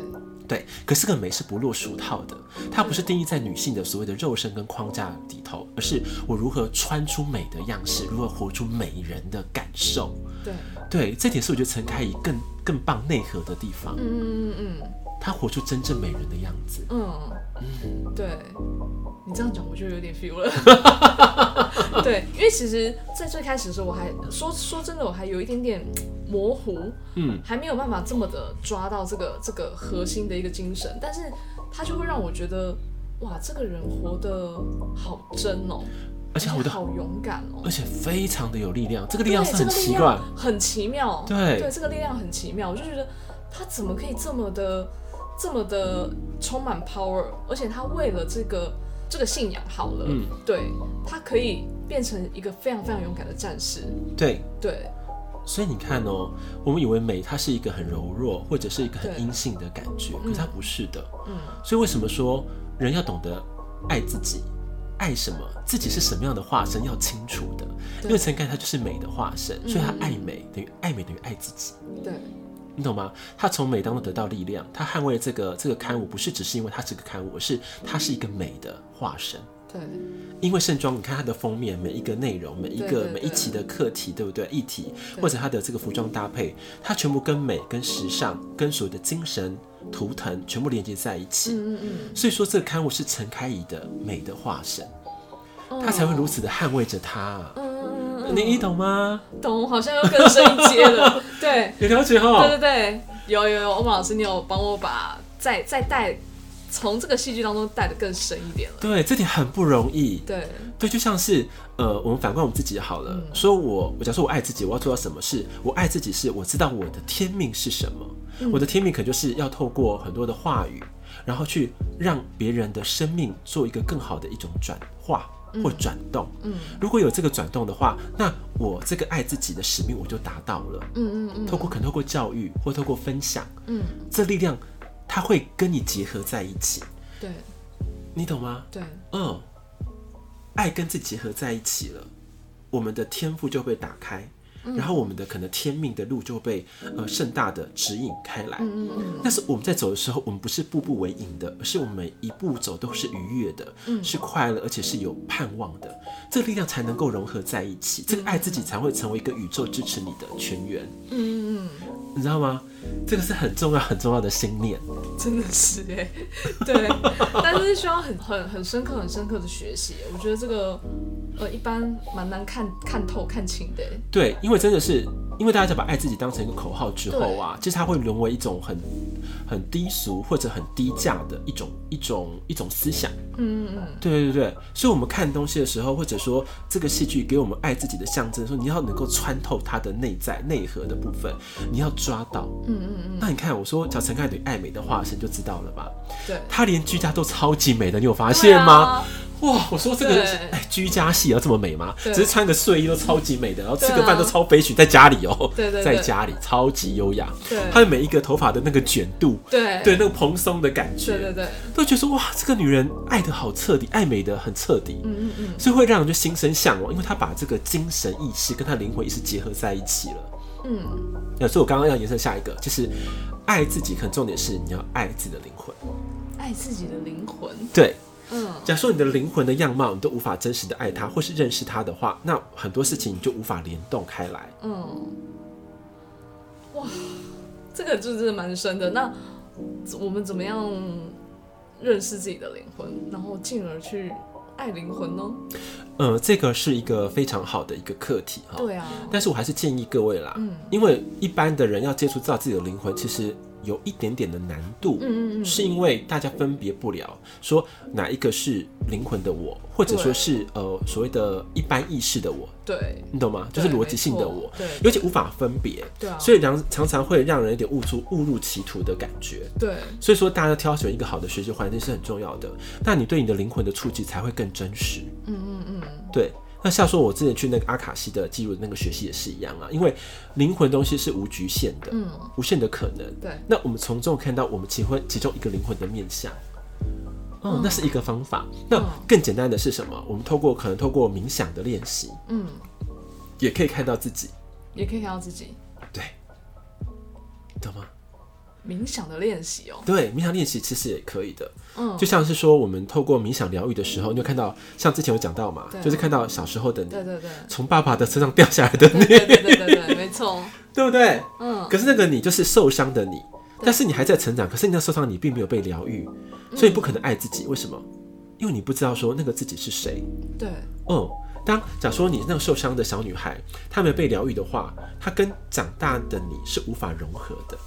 Speaker 2: 对，可是这个美是不落俗套的，它不是定义在女性的所谓的肉身跟框架里头，而是我如何穿出美的样式，如何活出美人的感受。
Speaker 1: 对，
Speaker 2: 对，这点是我觉得陈开怡更更棒内核的地方，
Speaker 1: 嗯嗯嗯
Speaker 2: 她活出真正美人的样子。
Speaker 1: 嗯嗯，对。你这样讲，我就有点 feel 了。对，因为其实，在最开始的时候，我还说说真的，我还有一点点模糊，
Speaker 2: 嗯，
Speaker 1: 还没有办法这么的抓到这个这个核心的一个精神，但是它就会让我觉得，哇，这个人活得好真哦，
Speaker 2: 而且活
Speaker 1: 活
Speaker 2: 得
Speaker 1: 得好勇敢哦
Speaker 2: 而，且非常的有力量，这个
Speaker 1: 对，
Speaker 2: 力量是
Speaker 1: 这
Speaker 2: 很
Speaker 1: 个力
Speaker 2: 奇
Speaker 1: 量
Speaker 2: 怪。
Speaker 1: 很奇妙，
Speaker 2: 对
Speaker 1: 对，这个力量很奇妙，我就觉得他怎么可以这么的这么的充满 power，而且他为了这个这个信仰好了，
Speaker 2: 嗯
Speaker 1: 对他可以变成一个非常非常勇敢的战士，
Speaker 2: 对，
Speaker 1: 对
Speaker 2: 所以你看哦，我们以为美它是一个很柔弱或者是一个很
Speaker 1: 对
Speaker 2: 阴性的感觉，可是它不是的。
Speaker 1: 嗯，
Speaker 2: 所以为什么说人要懂得爱自己，爱什么，自己是什么样的化身要清楚的。
Speaker 1: 对嗯
Speaker 2: 因为陈凯他就是美的化身，所以他爱美等于爱美等于爱自己。
Speaker 1: 对，
Speaker 2: 你懂吗？他从美当中得到力量，他捍卫了这个这个刊物，不是只是因为他是个刊物，而是他是一个美的化身。
Speaker 1: 对，
Speaker 2: 因为盛装，你看它的封面，每一个内容，每一
Speaker 1: 对
Speaker 2: 个
Speaker 1: 对
Speaker 2: 每一期的课题，对不对？议题
Speaker 1: 对
Speaker 2: 或者它的这个服装搭配，它全部跟美、跟时尚、跟所有的精神图腾全部连接在一起。
Speaker 1: 嗯嗯嗯
Speaker 2: 所以说，这个刊物是陈开怡的美的化身，，
Speaker 1: 嗯
Speaker 2: 他才会如。此的捍卫着它。
Speaker 1: 嗯嗯嗯嗯嗯
Speaker 2: 你你懂吗？
Speaker 1: 懂，我好像又更深一阶 了。对，
Speaker 2: 有了解
Speaker 1: 对
Speaker 2: 哈
Speaker 1: 对？对，有有有，欧盟老师，你有帮我把再再带从这个戏剧当中带的更深一点了。
Speaker 2: 对，这点很不容易。
Speaker 1: 对，
Speaker 2: 对，就像是呃，我们反观我们自己好了，
Speaker 1: 嗯
Speaker 2: 说我我假设我爱自己，我要做到什么事？我爱自己是我知道我的天命是什么，
Speaker 1: 嗯
Speaker 2: 我的天命可能就是要透过很多的话语，然后去让别人的生命做一个更好的一种转化或转动。
Speaker 1: 嗯
Speaker 2: 如果有这个转动的话，那我这个爱自己的使命我就达到了。
Speaker 1: 嗯嗯嗯
Speaker 2: 透过可能透过教育或透过分享，
Speaker 1: 嗯，
Speaker 2: 这力量它会跟你结合在一起，
Speaker 1: 对
Speaker 2: 你懂吗？
Speaker 1: 对，
Speaker 2: 嗯，爱跟自己结合在一起了，我们的天赋就被打开，
Speaker 1: 嗯
Speaker 2: 然后我们的可能天命的路就被呃盛大的指引开来。
Speaker 1: 嗯嗯
Speaker 2: 但是我们在走的时候，我们不是步步为营的，而是我们每一步走都是愉悦的，
Speaker 1: 嗯
Speaker 2: 是快乐，而且是有盼望的。这个力量才能够融合在一起，这个爱自己才会成为一个宇宙支持你的泉源，
Speaker 1: 嗯嗯
Speaker 2: 你知道吗？这个是很重要很重要的心念。
Speaker 1: 嗯，真的是哎、对，但是需要很很很深刻、很深刻的学习。我觉得这个呃，一般蛮难看看透、看清的、欸。
Speaker 2: 对，因为真的是，因为大家把爱自己当成一个口号之后啊，其实它会沦为一种很很低俗或者很低价的一种一种一种思想。
Speaker 1: 嗯嗯
Speaker 2: 对对对对，所以我们看东西的时候，或者说这个戏剧给我们爱自己的象征的时候，你要能够穿透它的内在内核的部分，你要抓到。
Speaker 1: 嗯嗯嗯嗯，
Speaker 2: 那你看，我说小陈凯对爱美的化身就知道了吧？
Speaker 1: 对。
Speaker 2: 他连居家都超级美的，你有发
Speaker 1: 对
Speaker 2: 现吗？
Speaker 1: 啊？
Speaker 2: 哇，我说这个
Speaker 1: 对
Speaker 2: 哎，居家系要这么美吗？
Speaker 1: 对
Speaker 2: 只是穿个睡衣都超级美的，然后吃
Speaker 1: 对啊
Speaker 2: 个饭都超悲曲，在家里哦、
Speaker 1: 对对对
Speaker 2: 在家里超级优雅。
Speaker 1: 对
Speaker 2: 她的每一个头发的那个卷度，
Speaker 1: 对
Speaker 2: 对那个蓬松的感觉，
Speaker 1: 对对对，
Speaker 2: 都觉得说哇，这个女人爱的好彻底，爱美的很彻底，
Speaker 1: 嗯嗯嗯
Speaker 2: 所以会让人就心生向往，因为她把这个精神意识跟她灵魂意识结合在一起了。
Speaker 1: 嗯，
Speaker 2: 那所以我刚刚要延伸下一个，就是爱自己，可能重点是你要爱自己的灵魂。
Speaker 1: 爱自己的灵魂，
Speaker 2: 对，
Speaker 1: 嗯
Speaker 2: 假设你的灵魂的样貌你都无法真实的爱它或是认识它的话，那很多事情你就无法联动开来。
Speaker 1: 嗯，哇，这个就真的蛮深的。那我们怎么样认识自己的灵魂，然后进而去爱灵魂呢？
Speaker 2: 呃，这个是一个非常好的一个课题哈。
Speaker 1: 对啊，
Speaker 2: 但是我还是建议各位啦，
Speaker 1: 嗯
Speaker 2: 因为一般的人要接触到自己的灵魂，其实有一点点的难度。
Speaker 1: 嗯嗯嗯，
Speaker 2: 是因为大家分别不了，说哪一个是灵魂的我，或者说
Speaker 1: 对
Speaker 2: 是呃所谓的一般意识的我，
Speaker 1: 嗯对，
Speaker 2: 你懂吗？就是
Speaker 1: 对
Speaker 2: 逻辑性的
Speaker 1: 没错
Speaker 2: 我，
Speaker 1: 对
Speaker 2: 尤其无法分别，
Speaker 1: 对啊，
Speaker 2: 所
Speaker 1: 以
Speaker 2: 以常常常会让人有点误出误入歧途的感觉。
Speaker 1: 对，
Speaker 2: 所以说，大家挑选一个好的学习环境是很重要的。那你对你的灵魂的触及才会更真实。
Speaker 1: 嗯嗯嗯，
Speaker 2: 对，那像说我之前去那个阿卡西的记录那个学习也是一样啊，因为灵魂东西是无局限的，
Speaker 1: 嗯，
Speaker 2: 无限的可能。
Speaker 1: 对，
Speaker 2: 那我们从中看到我们其会其中一个灵魂的面相。嗯，那是一个方法。那更简单的是什么？我们透过可能透过冥想的练习，
Speaker 1: 嗯，
Speaker 2: 也可以看到自己，
Speaker 1: 也可以看到自己
Speaker 2: 对，懂吗？
Speaker 1: 冥想的练习哦。
Speaker 2: 对，冥想练习其实也可以的。
Speaker 1: 嗯，
Speaker 2: 就像是说，我们透过冥想疗愈的时候，你有看到，像之前有讲到嘛
Speaker 1: 对，
Speaker 2: 就是看到小时候的你，
Speaker 1: 对对对，
Speaker 2: 从爸爸的车上掉下来的你，
Speaker 1: 对对对对对，没错，
Speaker 2: 对不对？
Speaker 1: 嗯，
Speaker 2: 可是那个你就是受伤的你，但是你还在成长，可是你那受伤你并没有被疗愈，所以不可能爱自己。为什么？因为你不知道说那个自己是谁。
Speaker 1: 对，
Speaker 2: 嗯，当假如说你那个受伤的小女孩，她没有被疗愈的话，她跟长大的你是无法融合的，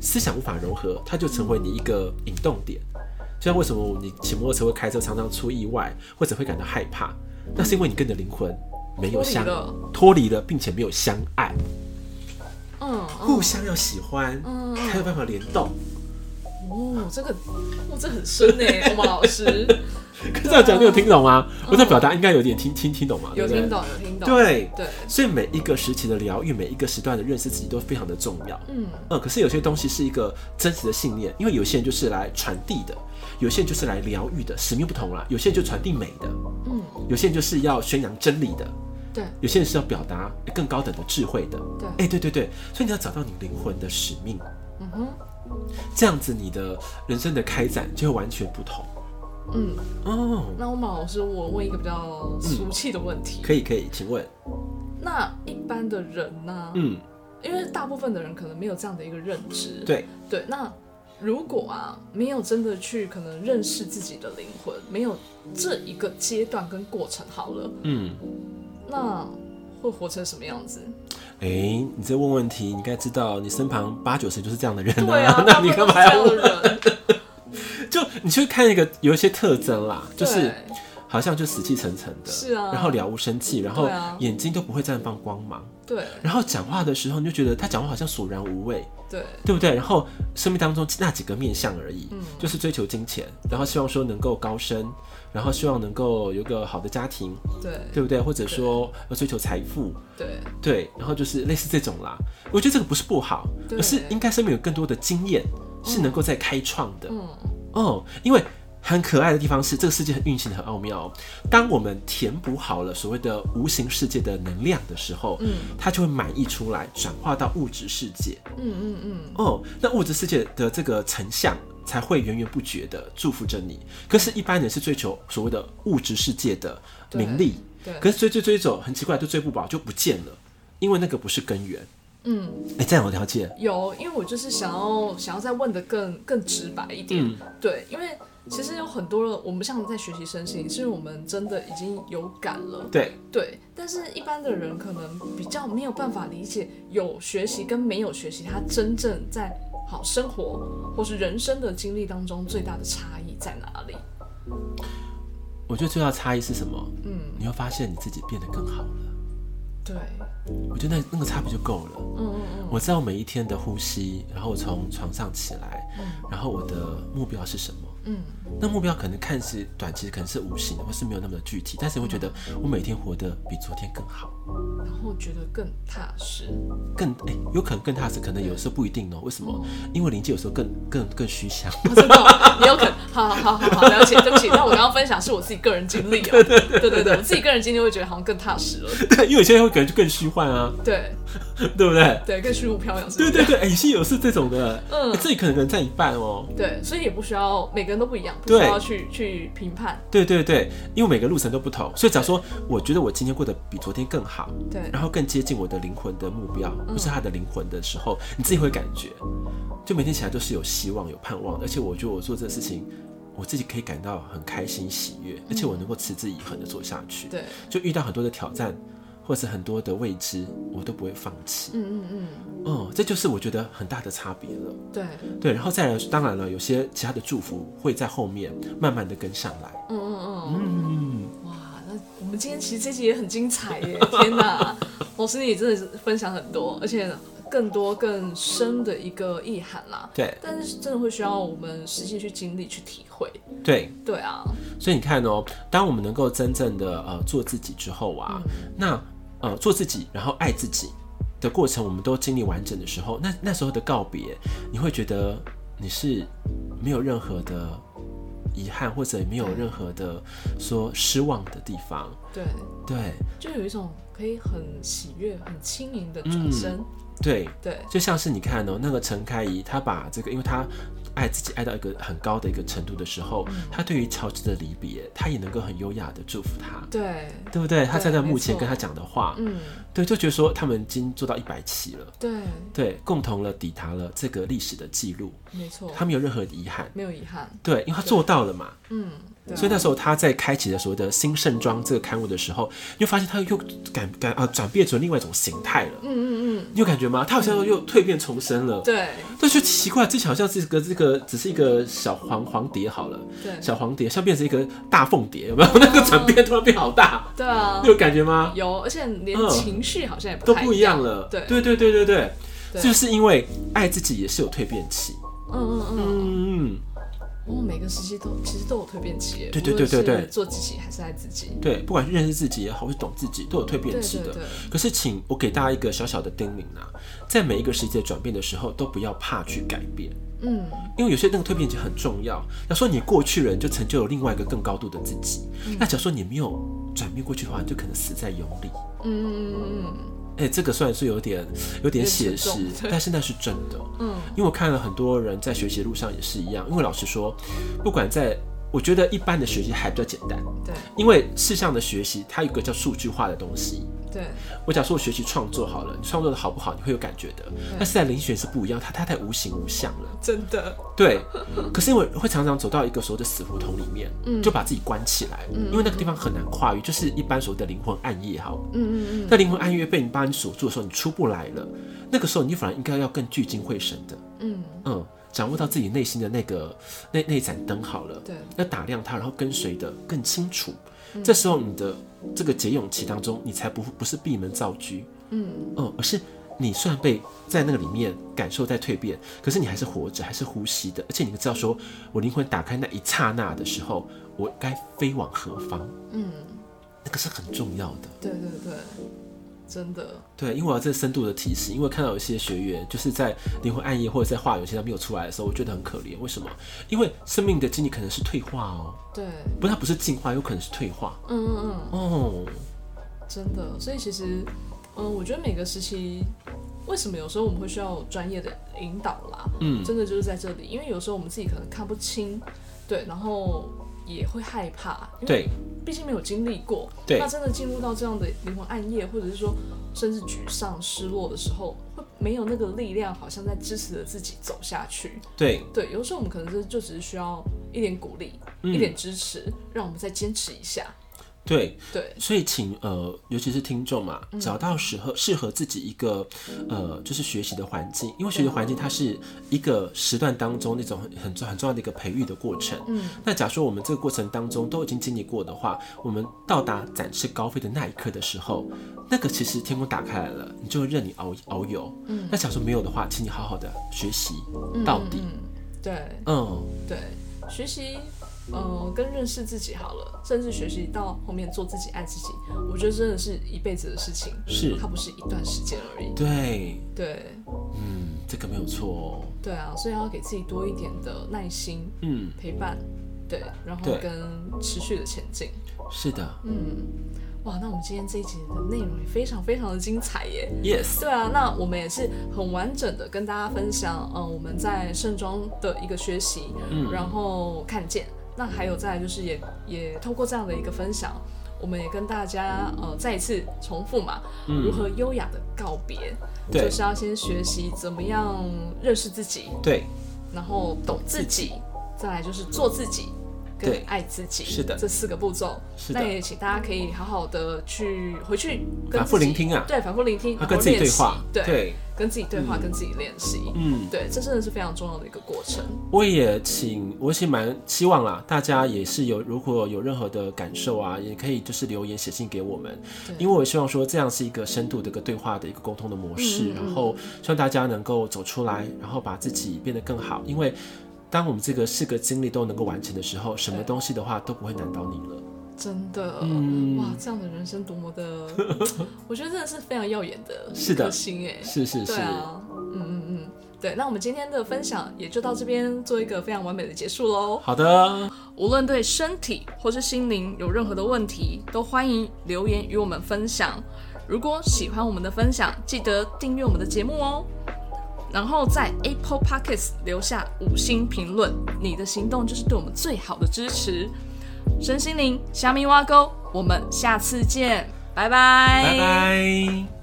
Speaker 2: 思想无法融合，它就成为你一个引动点。就像为什么你骑摩托车会开车常常出意外，或者会感到害怕，那是因为你跟你的灵魂没有
Speaker 1: 脱离
Speaker 2: 相
Speaker 1: 了
Speaker 2: 脱离了，并且没有相爱，
Speaker 1: 嗯，嗯
Speaker 2: 互相要喜欢，
Speaker 1: 嗯
Speaker 2: 才有办法联动。
Speaker 1: 哦，这个，哦，这很深 哎，我们老师
Speaker 2: 可是这样讲，你有听懂吗？我在表达应该有点听听听懂吗？
Speaker 1: 嗯有
Speaker 2: 对不对
Speaker 1: 听。懂，有听懂，
Speaker 2: 对，
Speaker 1: 对，
Speaker 2: 所以每一个时期的疗愈，每一个时段的认识自己都非常的重要。
Speaker 1: 嗯，
Speaker 2: 嗯，可是有些东西是一个真实的信念，因为有些人就是来传递的，有些人就是来疗愈的，使命不同啦。有些人就传递美的，
Speaker 1: 嗯，
Speaker 2: 有些人就是要宣扬真理的，
Speaker 1: 对，
Speaker 2: 有些人是要表达更高等的智慧的。
Speaker 1: 对
Speaker 2: 哎、对对对，所以你要找到你灵魂的使命，
Speaker 1: 嗯哼，
Speaker 2: 这样子你的人生的开展就会完全不同。
Speaker 1: 嗯，
Speaker 2: 哦，
Speaker 1: 那我们老师，我问一个比较俗气的问题，
Speaker 2: 可以可以，请问，
Speaker 1: 那一般的人呢、
Speaker 2: 嗯，
Speaker 1: 因为大部分的人可能没有这样的一个认知，
Speaker 2: 对，
Speaker 1: 对，那。如果啊，没有真的去可能认识自己的灵魂，没有这一个阶段跟过程好了，
Speaker 2: 嗯。
Speaker 1: 那会活成什么样子？
Speaker 2: 哎、你这问问题，你应该知道，你身旁八九成就是这样的人，
Speaker 1: 对啊
Speaker 2: 那你
Speaker 1: 大
Speaker 2: 干
Speaker 1: 部分
Speaker 2: 嘛要
Speaker 1: 都
Speaker 2: 问？
Speaker 1: 是这样的人？
Speaker 2: 就你去看一个有一些特征啦， 就是
Speaker 1: 对
Speaker 2: 好像就死气沉沉的，
Speaker 1: 是啊
Speaker 2: 然后了无生气，然后
Speaker 1: 对啊
Speaker 2: 眼睛都不会绽放光芒，
Speaker 1: 对
Speaker 2: 然后讲话的时候你就觉得他讲话好像索然无味，
Speaker 1: 对，
Speaker 2: 对不对？然后生命当中那几个面相而已，
Speaker 1: 嗯
Speaker 2: 就是追求金钱，然后希望说能够高升，然后希望能够有个好的家庭，
Speaker 1: 对
Speaker 2: 对不对？或者说要追求财富，
Speaker 1: 对
Speaker 2: 对，然后就是类似这种啦。我觉得这个不是不好，
Speaker 1: 对
Speaker 2: 而是应该身边有更多的经验是能够再开创的。
Speaker 1: 嗯
Speaker 2: 哦，因为很可爱的地方是，这个世界很运行的很奥妙、哦。当我们填补好了所谓的无形世界的能量的时候，
Speaker 1: 嗯
Speaker 2: 它就会满溢出来，转化到物质世界。
Speaker 1: 嗯嗯嗯，
Speaker 2: 哦，那物质世界的这个成像才会源源不绝的祝福着你。可是，一般人是追求所谓的物质世界的
Speaker 1: 对
Speaker 2: 名利，
Speaker 1: 对，
Speaker 2: 可是追追追走，很奇怪，就追不饱就不见了，因为那个不是根源。
Speaker 1: 嗯
Speaker 2: 哎、这样我了解。
Speaker 1: 有，因为我就是想要想要再问的更更直白一点，
Speaker 2: 嗯
Speaker 1: 对，因为其实有很多人，我们像在学习身心，是因为我们真的已经有感了，
Speaker 2: 对，
Speaker 1: 对，但是一般的人可能比较没有办法理解有学习跟没有学习，他真正在好生活或是人生的经历当中最大的差异在哪里？
Speaker 2: 我觉得最大的差异是什么？
Speaker 1: 嗯，
Speaker 2: 你会发现你自己变得更好了。
Speaker 1: 对，
Speaker 2: 我觉得那那个差别就够了。
Speaker 1: 嗯嗯
Speaker 2: 我知道每一天的呼吸，然后我从床上起来，然后我的目标是什么？
Speaker 1: 嗯，
Speaker 2: 那目标可能看是短期，可能是无形的，或是没有那么的具体，但是你会觉得我每天活得比昨天更好，
Speaker 1: 然后觉得更踏实。
Speaker 2: 更哎、有可能更踏实，可能有时候不一定哦。为什么？因为灵界有时候更更更虚想，
Speaker 1: 哦真的哦，也有可能。好好好好好，了解。对不起，但我刚刚分享是我自己个人经历哦。 对对对，我自己个人经历会觉得好像更踏实了。
Speaker 2: 对，因为有些人会感觉就更虚幻啊，
Speaker 1: 对
Speaker 2: 对不对？
Speaker 1: 对，更虚无缥缈是不
Speaker 2: 对
Speaker 1: 是。
Speaker 2: 对对，哎、欸，是有是这种的，
Speaker 1: 嗯
Speaker 2: 嗯，这里可能可能占一半哦。
Speaker 1: 对，所以也不需要每个人都不一样，不需
Speaker 2: 对
Speaker 1: 要去去评判。
Speaker 2: 对对对，因为每个路程都不同，所以假如说我觉得我今天过得比昨天更好，
Speaker 1: 对
Speaker 2: 然后更接近我的灵魂的目标，
Speaker 1: 嗯
Speaker 2: 或是他的灵魂的时候，你自己会感觉，就每天起来都是有希望、有盼望的。而且我觉得我做这个事情，我自己可以感到很开心、喜悦，而且我能够持之以恒的做下去。
Speaker 1: 嗯对，
Speaker 2: 就遇到很多的挑战，或是很多的未知，我都不会放弃。
Speaker 1: 嗯嗯嗯，
Speaker 2: 嗯，这就是我觉得很大的差别了。
Speaker 1: 对，
Speaker 2: 对，然后再来，当然了，有些其他的祝福会在后面慢慢的跟上来。
Speaker 1: 嗯嗯嗯，
Speaker 2: 嗯，
Speaker 1: 哇，那我们今天其实这集也很精彩 耶！天哪，老师你真的是分享很多，而且更多更深的一个意涵啦。
Speaker 2: 对
Speaker 1: 但是真的会需要我们实际去经历、去体会。
Speaker 2: 对，
Speaker 1: 对啊，
Speaker 2: 所以你看哦，当我们能够真正的呃做自己之后啊，那呃做自己，然后爱自己的过程，我们都经历完整的时候，那那时候的告别，你会觉得你是没有任何的遗憾，或者没有任何的说失望的地方。
Speaker 1: 对，
Speaker 2: 对
Speaker 1: 就有一种可以很喜悦、很轻盈的
Speaker 2: 嗯
Speaker 1: 转身。
Speaker 2: 对，
Speaker 1: 对，
Speaker 2: 就像是你看哦，那个陈开怡，她把这个，因为她爱自己爱到一个很高的一个程度的时候，她对于乔治的离别，她也能够很优雅的祝福他。
Speaker 1: 对，
Speaker 2: 对不对？她站在
Speaker 1: 没
Speaker 2: 幕前
Speaker 1: 错
Speaker 2: 跟他讲的话，
Speaker 1: 嗯，
Speaker 2: 对，就觉得说他们已经做到一百期了，
Speaker 1: 对，
Speaker 2: 对，共同了抵达了这个历史的记录，
Speaker 1: 没错，
Speaker 2: 他没有任何遗憾，
Speaker 1: 没有遗憾。
Speaker 2: 对，因为他做到了嘛。
Speaker 1: 嗯，对啊
Speaker 2: 所以那时候他在开启了所谓的新盛装这个刊物的时候，你就发现他又感感啊转变成另外一种形态了，
Speaker 1: 嗯嗯嗯，
Speaker 2: 你有感觉吗？他好像又蜕变重生了。
Speaker 1: 对
Speaker 2: 但是奇怪，之前好像是个这个只是一个小黄黄蝶好了，
Speaker 1: 对
Speaker 2: 小黄蝶，像变成一个大凤蝶，有没 有？那个转变突然变好大，
Speaker 1: 对啊
Speaker 2: 你，有感觉吗？
Speaker 1: 有，而且连
Speaker 2: 嗯
Speaker 1: 情绪好像也
Speaker 2: 都
Speaker 1: 太
Speaker 2: 不一样了。
Speaker 1: 对
Speaker 2: 对对对对对，
Speaker 1: 对
Speaker 2: 就是因为爱自己也是有蜕变期。
Speaker 1: 嗯嗯嗯，
Speaker 2: 嗯，
Speaker 1: 哦，每个时期都其实都有蜕变期耶，
Speaker 2: 对对
Speaker 1: 无论
Speaker 2: 对对
Speaker 1: 是
Speaker 2: 对
Speaker 1: 做自己还是爱自己，
Speaker 2: 对，不管是认识自己也好，或是懂自己，都有蜕
Speaker 1: 对
Speaker 2: 变期
Speaker 1: 对
Speaker 2: 的。
Speaker 1: 对，
Speaker 2: 可是，请我给大家一个小小的叮咛啊，在每一个时期的转变的时候，都不要怕去改变，
Speaker 1: 嗯，
Speaker 2: 因为有些那个蜕变期很重要。要说你过去了，你就成就了另外一个更高度的自己。
Speaker 1: 嗯
Speaker 2: 那假如说你没有转变过去的话，你就可能死在蛹里。
Speaker 1: 嗯嗯
Speaker 2: 哎、这个虽然是有点有点写实
Speaker 1: 有点沉重，对
Speaker 2: 但是那是真的。
Speaker 1: 嗯，
Speaker 2: 因为我看了很多人在学习的路上也是一样。因为老实说，不管在我觉得一般的学习还比较简单，
Speaker 1: 嗯，对
Speaker 2: 因为事项的学习它有一个叫数据化的东西。
Speaker 1: 对
Speaker 2: 我假说我学习创作好了，你创作的好不好，你会有感觉的。但是在灵学是不一样，它它太无形无相了。
Speaker 1: 真的，
Speaker 2: 对，可是因为会常常走到一个所谓的死胡同里面，就把自己关起来，因为那个地方很难跨越，就是一般所谓的灵魂暗夜好。
Speaker 1: 嗯嗯
Speaker 2: 那灵魂暗夜被你把你锁住的时候，你出不来了。那个时候，你反而应该要更聚精会神的，
Speaker 1: 嗯
Speaker 2: 嗯，掌握到自己内心的那个那那一盏灯好了
Speaker 1: 嗯，，对，嗯
Speaker 2: 要打亮它，然后跟随的更清楚。这时候你的这个解勇期当中，你才不不是闭门造车，
Speaker 1: 嗯
Speaker 2: 嗯，而是你虽然被在那个里面感受在蜕变，可是你还是活着，还是呼吸的，而且你知道说，我灵魂打开那一刹那的时候，我该飞往何方，
Speaker 1: 嗯，
Speaker 2: 那个是很重要的。
Speaker 1: 对对对，真的，
Speaker 2: 对，因为我要这深度的提示，因为看到有些学员就是在灵魂暗夜或者在化有些他没有出来的时候，我觉得很可怜。为什么？因为生命的经历可能是退化哦，
Speaker 1: 对，
Speaker 2: 不，它不是进化，有可能是退化
Speaker 1: 嗯嗯嗯。
Speaker 2: 哦。
Speaker 1: 真的，所以其实，嗯，我觉得每个时期，为什么有时候我们会需要专业的引导啦？
Speaker 2: 嗯
Speaker 1: 真的就是在这里，因为有时候我们自己可能看不清，对，然后也会害怕，因为
Speaker 2: 对
Speaker 1: 毕竟没有经历过。
Speaker 2: 对
Speaker 1: 那真的进入到这样的灵魂暗夜，或者是说甚至沮丧、失落的时候，会没有那个力量，好像在支持着自己走下去。
Speaker 2: 对
Speaker 1: 对，有时候我们可能就就只是需要一点鼓励，
Speaker 2: 嗯
Speaker 1: 一点支持，让我们再坚持一下。
Speaker 2: 对，
Speaker 1: 对，
Speaker 2: 所以请呃，尤其是听众嘛，
Speaker 1: 嗯
Speaker 2: 找到适合适合自己一个呃，就是学习的环境，因为学习环境它是一个时段当中那种很很重很重要的一个培育的过程。
Speaker 1: 嗯，
Speaker 2: 那假如说我们这个过程当中都已经经历过的话，我们到达展翅高飞的那一刻的时候，那个其实天空打开来了，你就会任你遨遨游。嗯，那假如说没有的话，请你好好的学习到底。
Speaker 1: 嗯，对。
Speaker 2: 嗯，
Speaker 1: 对，学习，呃，跟认识自己好了，甚至学习到后面做自己、爱自己，我觉得真的是一辈子的事情，
Speaker 2: 是
Speaker 1: 它不是一段时间而已。
Speaker 2: 对，
Speaker 1: 对，
Speaker 2: 嗯，这个没有错哦，
Speaker 1: 对啊，所以要给自己多一点的耐心、
Speaker 2: 嗯，
Speaker 1: 陪伴，对，然后
Speaker 2: 对
Speaker 1: 跟持续的前进。
Speaker 2: 是的
Speaker 1: 嗯，哇，那我们今天这一集的内容也非常非常的精彩耶。
Speaker 2: ，yes，
Speaker 1: 对啊，那我们也是很完整的跟大家分享，嗯、我们在盛装的一个学习，
Speaker 2: 嗯
Speaker 1: 然后看见。那还有再来就是也也透过这样的一个分享，我们也跟大家呃再一次重复嘛，如何优雅的告别，
Speaker 2: 嗯对
Speaker 1: 就是要先学习怎么样认识自己，
Speaker 2: 对，
Speaker 1: 然后懂自己，再来就是做自己。跟
Speaker 2: 对
Speaker 1: 爱自己
Speaker 2: 是的
Speaker 1: 这四个步骤，
Speaker 2: 是的
Speaker 1: 那也请大家可以好好的去回去跟
Speaker 2: 反复
Speaker 1: 自己
Speaker 2: 聆听啊
Speaker 1: 对，反复聆听，
Speaker 2: 要
Speaker 1: 然
Speaker 2: 跟
Speaker 1: 后
Speaker 2: 自己对
Speaker 1: 练习
Speaker 2: 话，
Speaker 1: 对，
Speaker 2: 对，
Speaker 1: 跟自己对话，跟自己练习，
Speaker 2: 嗯，
Speaker 1: 对，这真的是非常重要的一个过程。
Speaker 2: 我也请，我也蛮希望啦，大家也是有如果有任何的感受啊，也可以就是留言写信给我们，
Speaker 1: 对
Speaker 2: 因为我希望说这样是一个深度的一个对话的一个沟通的模
Speaker 1: 嗯
Speaker 2: 式，
Speaker 1: 嗯嗯
Speaker 2: 然后希望大家能够走出来，然后把自己变得更好，因为。当我们这个四个经历都能够完成的时候，什么
Speaker 1: 对
Speaker 2: 东西的话都不会难倒你了。
Speaker 1: 真的，
Speaker 2: 嗯
Speaker 1: 哇，这样的人生多么 的，我觉得真的是非常耀眼的，
Speaker 2: 是的
Speaker 1: 心哎，
Speaker 2: 是是是
Speaker 1: 对，啊，嗯嗯嗯，对，那我们今天的分享也就到这边做一个非常完美的结束喽。
Speaker 2: 好的，
Speaker 1: 无论对身体或是心灵有任何的问题，都欢迎留言与我们分享。如果喜欢我们的分享，记得订阅我们的节目哦。然后在 Apple Podcasts 留下五星评论，你的行动就是对我们最好的支持。身心灵虾米挖沟，我们下次见，拜拜，
Speaker 2: 拜拜。